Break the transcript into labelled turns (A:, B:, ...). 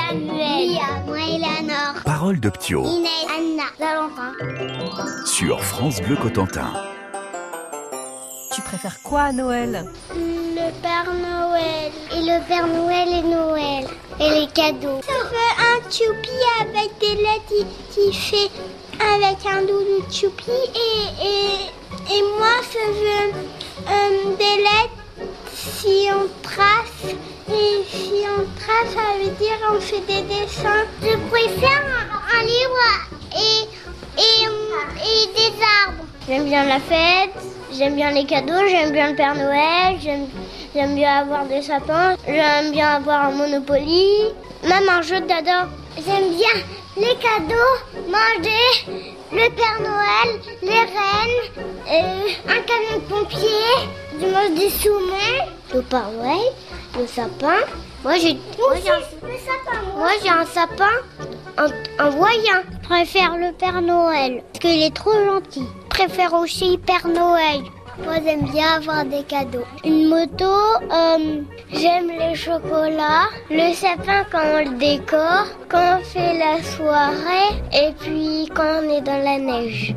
A: Samuel, Lia, moi, Eleanor,
B: Parole de Ptio
A: Inès, Anna, Valentin.
B: sur France Bleu Cotentin.
C: Tu préfères quoi à Noël
A: Le Père Noël. Et le Père Noël et Noël. Et les cadeaux. Je veux un choupi avec des lettres qui, qui fait avec un doudou choupi. Et, et, et moi, je veux euh, des lettres si on trace. Et si on trace, ça veut dire on fait des dessins. Je préfère un, un livre et, et, et des arbres. J'aime bien la fête, j'aime bien les cadeaux, j'aime bien le Père Noël, j'aime j'aime bien avoir des sapins, j'aime bien avoir un Monopoly, même un jeu de dada. J'aime bien les cadeaux, manger, le Père Noël, les rennes, euh, un camion de pompiers, du mange du saumon, le Père Noël, le sapin. Moi j'ai moi, j'ai un- moi, j'ai un sapin un, un voyant. Je préfère le Père Noël parce qu'il est trop gentil. Je préfère aussi Père Noël. Moi, j'aime bien avoir des cadeaux. Une moto, euh, j'aime les chocolats, le sapin quand on le décore, quand on fait la soirée et puis quand on est dans la neige.